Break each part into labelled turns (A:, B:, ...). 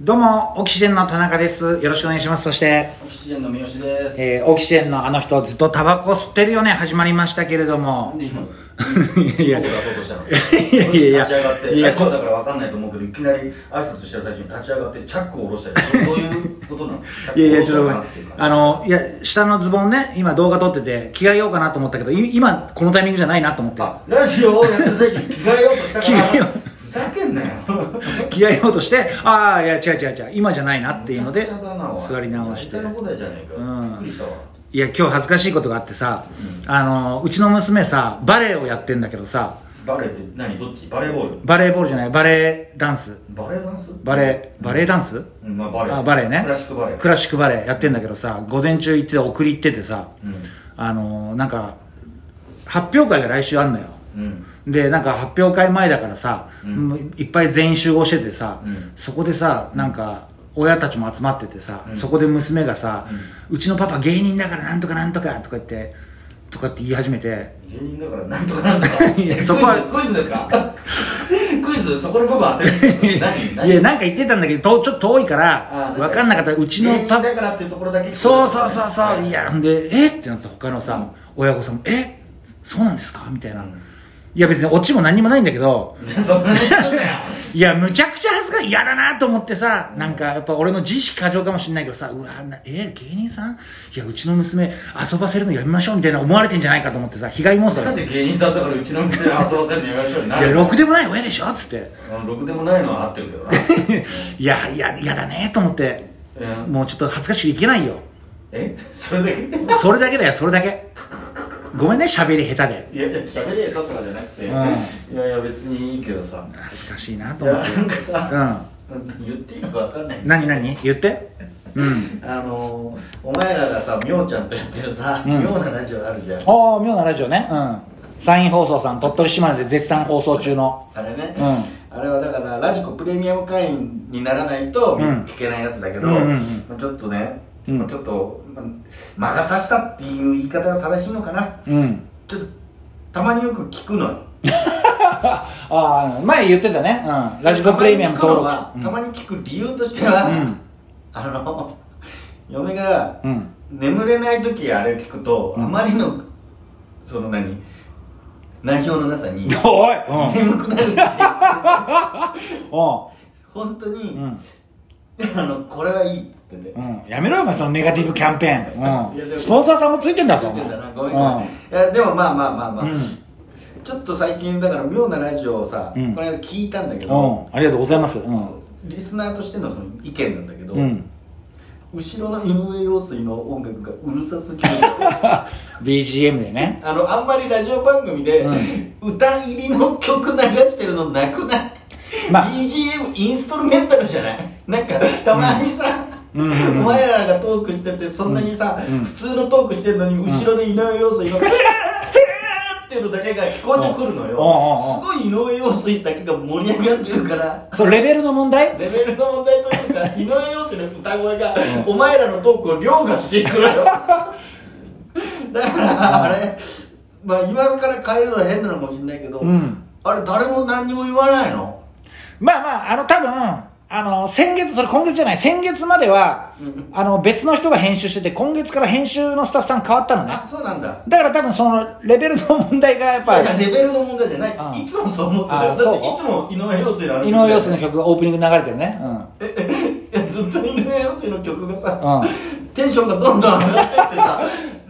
A: どうも、オキシデンの田中です。よろしくお願いします。そして、
B: オキシジェンの三好です。
A: えー、オキシデンのあの人ずっとタバコ吸ってるよね、始まりましたけれど も。
B: で今、僕
A: いや
B: がそうとしたの。
A: いやいやいや
B: 立ち上がって、
A: い
B: い
A: や
B: や、
A: こ
B: だから分かんないと思うけど、いきなり挨拶してる最中に立ち上がって、チャックを下ろしたり、そういうことなの
A: いやいや、ちょっとごめん
B: チャックを下ろしたのかなていう感じ
A: あの、いや、下のズボンね、今動画撮ってて、着替えようかなと思ったけど、い今、このタイミングじゃないなと思って。
B: あラジオをやってる最中に着替えようとしたから、
A: 着替えよう
B: ふざけんなよ。
A: 着替えようとして、ああ、いや、違う違う違う、今じゃないなっていうので、座り直して
B: 大。体の答えじゃねえか。
A: うん
B: びっくりしたわ。
A: いや、今日恥ずかしいことがあってさ、あの、うちの娘さ、バレエをやってんだけどさ、
B: バレーって何どっちバレーボール
A: バレーボールじゃない、バレエダンス。
B: バレーダンス
A: バレー、バレエダンス、
B: うんまあバレー。
A: あバレエね
B: クラシックバレー。
A: クラシックバレエやってんだけどさ午前中行って送り行っててさ、
B: うん
A: あのーなんか発表会が来週あんのよ
B: うん。
A: でなんか発表会前だからさ、もういっぱい全員集合しててさ、
B: うん
A: そこでさなんか親たちも集まっててさ、そこで娘がさ、うちのパパ芸人だからなんとかなんとか」とか言ってとかって言い始めて
B: 芸人だからなんとかなんとか
A: いや
B: え
A: そこは
B: クイズクイズですか クイズそこの部分当て る何何
A: いやなんか言ってたんだけどとちょっと遠いか
B: あ
A: ら
B: ー
A: 分かんなかったうちの
B: 芸人
A: パパ
B: だからっていうところだけ
A: そうそうそうそう、、
B: はい
A: やんでえってなった他のさ、親御さんもえそうなんですかみたいな、いや別にオチも何にもないんだけど
B: いや そんなの知ってんだよ
A: いやむちゃくちゃ恥ずかしい嫌だなと思ってさ、なんかやっぱ俺の自意識過剰かもしれないけどさうわなえ芸人さんいやうちの娘遊ばせるのやめましょうみたいな思われてんじゃないかと思ってさ被害妄想
B: なん
A: い
B: で芸人さんだからうちの店で遊ばせるのやめましょうにな
A: や
B: る
A: ろくでもない親でしょっつって
B: うんろくでもないのは合ってるけどな
A: いやいや嫌だねと思って、
B: うん
A: もうちょっと恥ずかしくていけないよ
B: えそれだけ
A: それだけだよそれだけごめんね喋り下手で
B: いやいや喋りやとかじゃなくて、
A: ん
B: いやいや別にいいけどさ
A: 恥ずかしいなと
B: い
A: 思
B: や
A: って
B: なんかさ、
A: うん
B: 言っていいのかわかんないけど
A: 何何言ってうん
B: あのー、お前らがさ、みょうちゃんとやってるさ、
A: うん
B: 妙なラジオあるじゃん。
A: おお妙なラジオねうん山陰放送さん鳥取島根で絶賛放送中の
B: あれね、
A: う
B: あれはだからラジコプレミアム会員にならないと
A: うん
B: 聞けないやつだけど、
A: うんうんうん
B: まあちょっとね、
A: うん
B: まあちょっと、まあ魔が差したっていう言い方が正しいのかな
A: うん
B: ちょっとたまによく聞くのよ
A: ああ前言ってたねうんラジコプレミアム登録
B: たまに聞くのはたまに聞く理由として
A: う
B: は、
A: んうん
B: あの嫁が
A: うん
B: 眠れない時あれ聞くと、
A: うん
B: あまりのその何内容のなさに
A: おいうん
B: 眠くなるっていう
A: お
B: 本当に、
A: ううん
B: あのこれはいいって言ってて
A: うんやめろよお前そのネガティブキャンペ
B: いや
A: ーン
B: で
A: うん
B: も
A: スポンサーさんもついてんだぞお
B: ごめ
A: 前
B: ん
A: う
B: ごめんいやでもまあまあまあまあ、
A: うん
B: ちょっと最近だから妙なラジオをさ、
A: うん
B: これ聞いたんだけ
A: んう
B: ど、
A: んありがとうございますうん
B: リスナーとしてのその意見なんだけど、
A: うん
B: 後ろの井上陽水の音楽がうるさすぎる
A: BGM でね
B: あのあんまりラジオ番組で、歌入りの曲流してるのなくない、
A: まあ
B: BGM インストルメンタルじゃないなんかたまにさ、
A: うんうんうん
B: お前らがトークしててそんなにさ、
A: うん
B: 普通のトークしてるのに後ろで井上陽 水の「っていうのだけが聞こえてくるのよ
A: おうおうおう
B: すごい井上陽水だけが盛り上がってるから
A: それレベルの問題
B: レベルの問題というか井上陽水の歌声がお前らのトークを凌駕していくのよ だからあれまあ今から変えるのは変なのかもしれないけど、
A: うん
B: あれ誰も何にも言わないの
A: まあまあ、あの、多分、あの、先月、それ今月じゃない、先月までは、あの、別の人が編集してて、今月から編集のスタッフさん変わったのね。
B: あそうなんだ
A: だから多分その、レベルの問題がやっぱ、
B: いやレベルの問題じゃない、
A: うん
B: いつもそう思ってた
A: あ
B: よだ
A: そう
B: っていつも井上陽水のあの
A: 井上陽水の曲がオープニングで流れてるね。うん。
B: いやずっと井上陽水の曲がさ、
A: うん
B: テンションがどんどん上がってってさ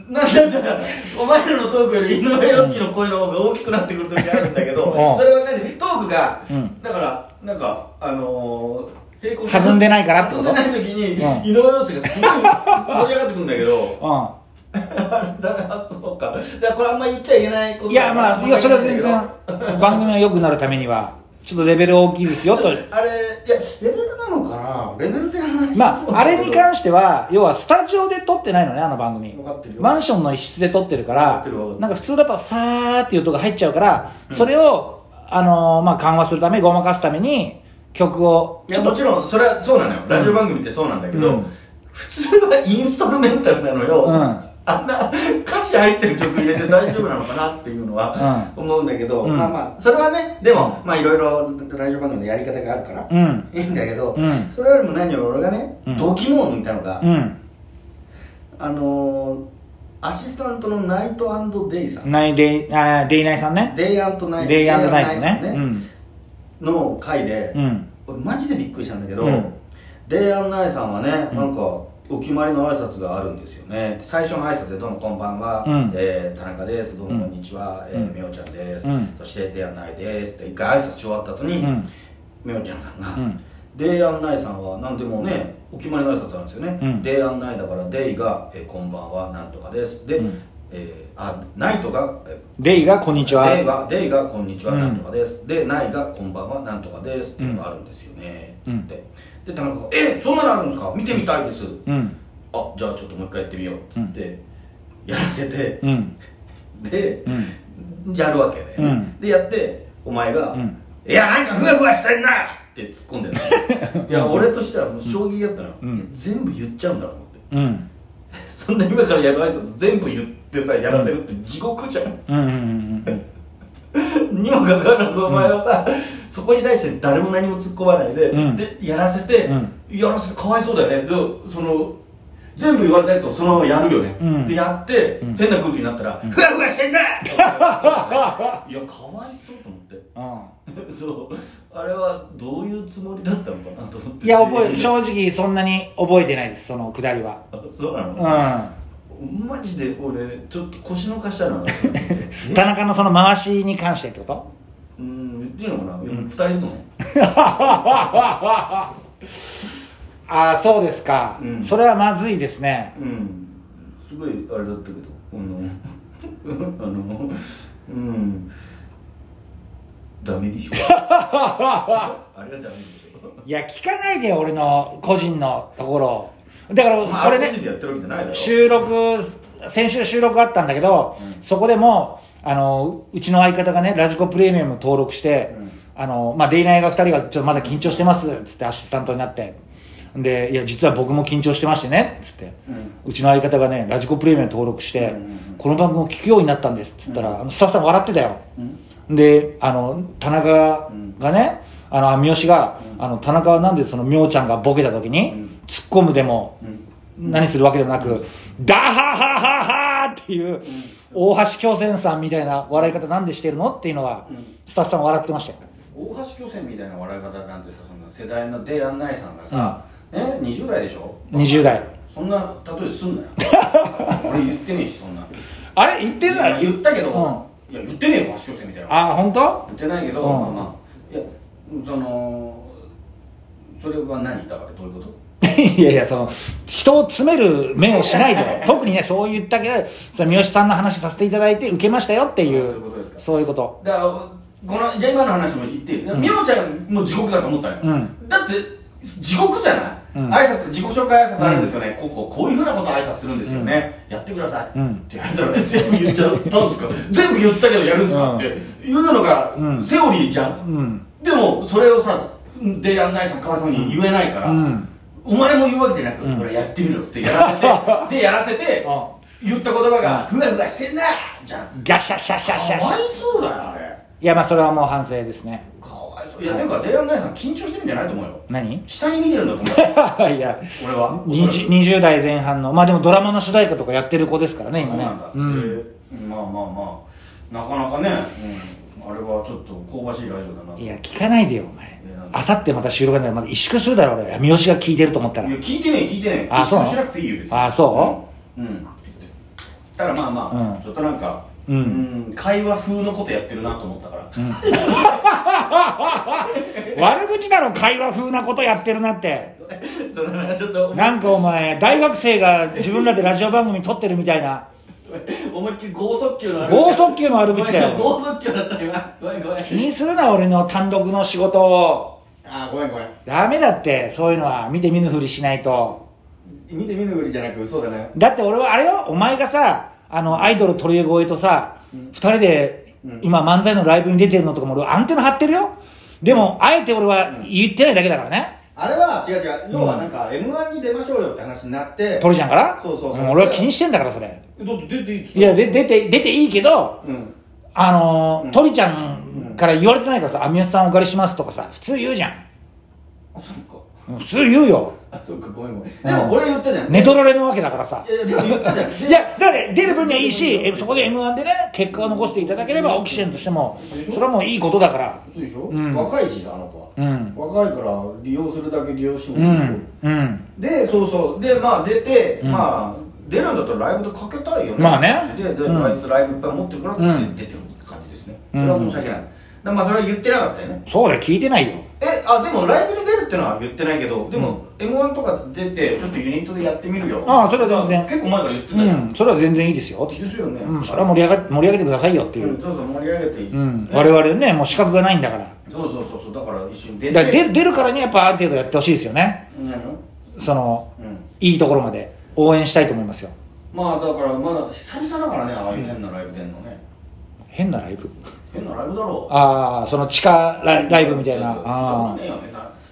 B: なんだったらお前らのトークより井上陽水の声の方が大きくなってくる時あるんだけど、
A: うん
B: それは何トークが、
A: うん
B: だからなんかあのー、平行
A: 弾んでないからってこと
B: 弾んでない時に、
A: うん
B: 井上陽水がすごい盛り上がってくるんだけど
A: う
B: だからそうかだからこれあんま言っちゃいけないこと
A: ん。いや、まあ、いや、それは
B: だ
A: 全
B: けど
A: 然、番組が良くなるためには、ちょっとレベル大きいですよ、と。
B: あれいやレベルなのかなレベルで
A: まあ、あれに
B: か
A: 関しては、要はスタジオで撮ってないのね、あの番組
B: わかってる。よ
A: マンションの一室で撮ってるか
B: わからってるわかっ、てる
A: なんか普通だとさーっていう音が入っちゃうから、それを、あのー、まあ、緩和するため、ごまかすために、曲を、
B: いやもちろんそれはそうなのよラジオ番組ってそうなんだけど、
A: うん
B: 普通はインストルメンタルなのよ、
A: うん
B: あんな歌詞入ってる曲入れて大丈夫なのかなっていうのは思うんだけど、
A: うん
B: まあまあそれはねでもまあいろいろラジオ番組のやり方があるから、
A: うん
B: いいんだけど、
A: うん
B: それよりも何より俺がね
A: うん
B: 度肝を抜いたのが、
A: うん
B: あのーアシスタントのナイトデイさん、
A: ナイデイあーデイナイさんね
B: デイアントナイト
A: デイナイス
B: デ
A: ね
B: イアントナイトさん
A: うん
B: の回で、
A: うん
B: 俺マジでびっくりしたんだけど、
A: うん
B: デイアンナイさんはね、
A: うん
B: なんかお決まりの挨拶があるんですよね最初の挨拶で「どうもこんばんは、
A: うん
B: えー田中ですどうもこんにちは、
A: うん
B: えーみおちゃんです、
A: うん
B: そしてデイアンナイです」って一回挨拶し終わった後に、
A: うん
B: みおちゃんさんが、
A: うん
B: デイアンナイさんはなんでもねお決まりの挨拶なんですよね、
A: うん
B: デイアンナイだからデイが、えーこんばんはなんとかです」で、
A: うん
B: えーあナイトが、えー
A: デイがこんにちは
B: デイが、デイがこんにちは、
A: うん
B: なんとかです。で、ナイがこんばんは、なんとかです。っていうのがあるんですよね。
A: うん
B: つって。で、田中が、え、そんなのあるんですか見てみたいです。
A: うん
B: あ、じゃあちょっともう一回やってみよう。つって、やらせて、
A: うん
B: で
A: う、ん
B: やるわけね。
A: うん
B: で、やって、お前が、
A: うん
B: いや、なんかふわふわしてんなって突っ込ん でる。いや、俺としてはもう衝撃だったの。
A: うん
B: え全部言っちゃうんだと思って。
A: うん
B: そんな今からやる挨拶全部言ってさ、やらせるって地獄じゃん。
A: うんうんうんうん
B: にもかかわらずお前はさ、そこに対して誰も何も突っ込まないで、
A: うん
B: でやらせて、
A: うん
B: やらせてかわいそうだよねでその全部言われたやつをそのままやるよね、
A: うん
B: でやって、
A: うん
B: 変な空気になったら、ふわふわしてんだ いやかわいそうと思っ
A: うん
B: て そうあれはどういうつもりだったのかなと思って
A: いや覚え正直そんなに覚えてないですそのくだりは
B: あそうなの、
A: う
B: マジで俺ちょっと腰の頭なの
A: ん田中のその回しに関してってこと
B: うん言っていいのかな、いや二人の
A: ああそうですか、
B: うん
A: それはまずいですね
B: うんすごいあれだったけどあの あのうんダメ でしょあれはダメでしょ
A: いや聞かないでよ俺の個人のところだから
B: まあ
A: 俺
B: 個人
A: ね
B: でやってるわけじゃないだろ
A: 収録先週収録あったんだけど、
B: うん
A: そこでもあのううちの相方がねラジコプレミアム登録して、
B: うん
A: あのまあ、デイナイが2人がちょっとまだ緊張してますっつってアシスタントになってでいや実は僕も緊張してましてねっつって、うちの相方がねラジコプレミアム登録して、
B: うんうんうん
A: この番組を聞くようになったんですっつったら、あのスタッフさん笑ってたよ、
B: うん
A: であの田中がね、あの三好が、あの田中はなんでそのみょうちゃんがボケた時に、
B: うん
A: 突っ込むでも、
B: うん
A: 何するわけでもなく、ダハハハハっていう、大橋巨泉さんみたいな笑い方なんでしてるのっていうのは、
B: うん
A: スタッフさん笑ってましたよ
B: 大橋巨泉みたいな笑い方なんてさその世代のデイアンナイさんがさ、ね20代でしょ
A: 20代
B: そんな例え すんなよ俺言ってねえしそんな
A: あれ言ってるな
B: 言ったけど、いや言ってねえよ大橋巨泉みたいな
A: あ本当
B: 言ってないけど、
A: うん
B: まあまあいやそのそれは何だからどういうこと
A: いやいや、その、人を詰める目をしないで、特にね、そう言ったけど、その三好さんの話させていただいて、受けましたよってい
B: あそういう
A: う
B: ことです、か
A: そういうこと。
B: だからこのじゃあ今の話も言ってみお、ちゃんも地獄だと思ったのよ、
A: うん
B: だって地獄じゃない、
A: うん
B: 挨拶自己紹介挨拶あるんですよね、こうこうこういうふうなこと挨拶するんですよね、やってください、
A: うん
B: って言われたらえ全部言っちゃったんですか全部言ったけどやるんですか、
A: うん
B: っていうのが、
A: うん
B: セオリーじゃん、
A: うん。
B: でもそれをさでやんないさん川さんに言えないから、
A: うん。
B: お前も言うわけじゃなく、
A: うん
B: これやってみろっつってやらせ てでやらせて
A: あ
B: 言った言葉が「
A: あ
B: ふわふわしてんな!」じゃん
A: ガシャシャシャシャシ
B: かわ
A: ャ。
B: いそうだよあれ
A: いや、まあ、それはもう反省ですね。
B: かわいそういやていうかデイアンナイさん緊張してるんじゃないと思うよ
A: 何 い
B: 下に見てるんだと思う よ
A: や、
B: 俺は
A: 20, 20代前半の、まあでもドラマの主題歌とかやってる子ですからね、今
B: そう
A: ね
B: なんだ、。
A: うん。
B: えーまあまあまあなかなかね、うん、あれはちょっと香ばしいラジオだない
A: い
B: や
A: や、聞かないでよ、お前
B: えなん。で
A: あさってまた収録なんだからまだ萎縮するだろ、俺。いや三好が聞いてると思ったら。
B: 聞いてねえ聞いてねえ
A: あそうなの
B: しなくていいよ別に
A: あそう
B: うん、うんただまあまあ、
A: うん
B: ちょっとなんか
A: うん
B: うん会話風のことやってるなと思ったから、
A: 悪口だろ、会話風なことやってるなって。
B: そうだから ちょっと
A: なんかお前、大学生が自分らでラジオ番組撮ってるみたいな。
B: 思いっきり剛速球の悪口
A: 剛速球の悪口だよ。
B: 剛速球だった今ごめんごめ
A: 気
B: ん
A: にするな、俺の単独の仕事を。
B: あーごめんごめん
A: ダメだって、そういうのは。見て見ぬふりしないと。
B: 見て見ぬふりじゃなくそうだね
A: だって俺は、あれよ、お前がさ、あの、アイドル鳥越えとさ、二人で
B: うん、
A: 今漫才のライブに出てるのとかも俺アンテナ張ってるよ。でも、あえて俺は言ってないだけだからね。
B: あれは違う違う要はなんか m 1に出ましょうよって話になって
A: 鳥ちゃんから
B: そうそうそう
A: も俺は気にしてんだから、それ。
B: えだって出ていいっつった
A: いやで出て出ていいけど
B: うん
A: あのー鳥ちゃんから言われてないからさ「アミヤスさんお借りします」とかさ普通言うじゃん
B: あそっか
A: うん普通言うよ
B: あそっかごめんごめんでも俺言ったじゃん
A: 寝取られるわけだからさ
B: いやいやでも言ったじゃ ん
A: いやだって出る分にはいいしえそこで m 1でね結果を残していただければオキシエンとしてもそれはもういいことだから
B: そうでしょ、
A: ん
B: 若いしあの子は、
A: うん
B: 若いから利用するだけ利用しても
A: う
B: いいでしょ、
A: んうん
B: でそうそうでまあ出て、
A: ん
B: まあ出るんだったらライブでかけたいよね
A: まあね
B: でで、
A: うん
B: あいつライブいっぱい持ってるからって
A: うん
B: 出てる感じですね、
A: うん
B: それは申し訳ない、だまあそれは言ってなかったよね
A: そうだよ聞いてないよ
B: えあでもライブで出るってのは言ってないけどでも、m 1とか出てちょっとユニットでやってみるよ
A: ああそれは全然
B: 結構前から言ってた
A: う
B: よ、
A: んそれは全然いいですよ
B: ですよね、、
A: うんそれは盛り上が盛り上げてくださいよっていううん
B: そうそう盛り上げていい、
A: うん
B: ね
A: 我々ねもう資格がないんだから
B: そうそうそうそうだから一緒に出て
A: だから出る出るからにはやっぱある程度やってほしいですよね
B: なの
A: その
B: うん
A: いいところまで応援したいと思いますよ
B: まあだからまだ久々だからねああいう変なライブ出んのね
A: 変なライブ
B: 変なライブだろう
A: ああその地下ライライブみたいなああ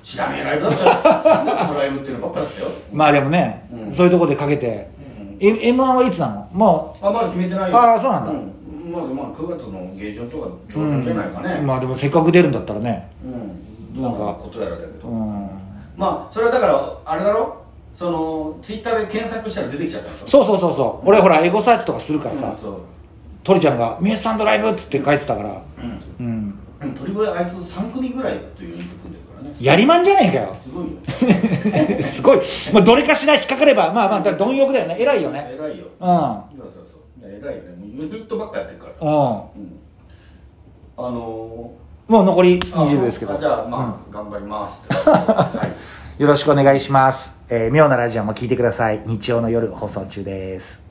B: 知らねえライブだったよ なんだこのライブっていうのばっかりだったよ
A: まあでもね、
B: うん
A: そういうところでかけて、
B: うん
A: m 1はいつなのも
B: あまだ決めてないよ
A: あーそうなんだ
B: まだまだ9月の下旬とか上旬じゃないか
A: う、
B: ね
A: まあでもせっかく出るんだったらね
B: うんどうな
A: なん
B: る
A: か
B: ことやらだけ
A: う
B: ど
A: ん
B: まあそれはだからあれだろそのツイッターで検索したら出てきちゃったんでしょ
A: そうそうそうそう俺ほらエゴサーチとかするから
B: う
A: さ
B: ん、そう
A: 鳥ちゃんが「ミュースさんとライブ」っつって書いてたから
B: うん
A: うん
B: うん鳥越あいつ3組ぐらいというユニット組んでるからね
A: やりまんじゃねえかよ
B: すごい よ
A: すごい、まあ、どれかしら引っかかればまあまあだから貪欲だよね偉いよね
B: 偉いよ
A: うんうん
B: そうそうそう偉いよねもうユニットばっかやってるからさ
A: も
B: うんあの
A: う残り
B: ーあ
A: 20秒ですけど
B: あじゃあまあ、頑張りますってことではい
A: よろしくお願いします、えー妙なラジオも聞いてください日曜の夜放送中です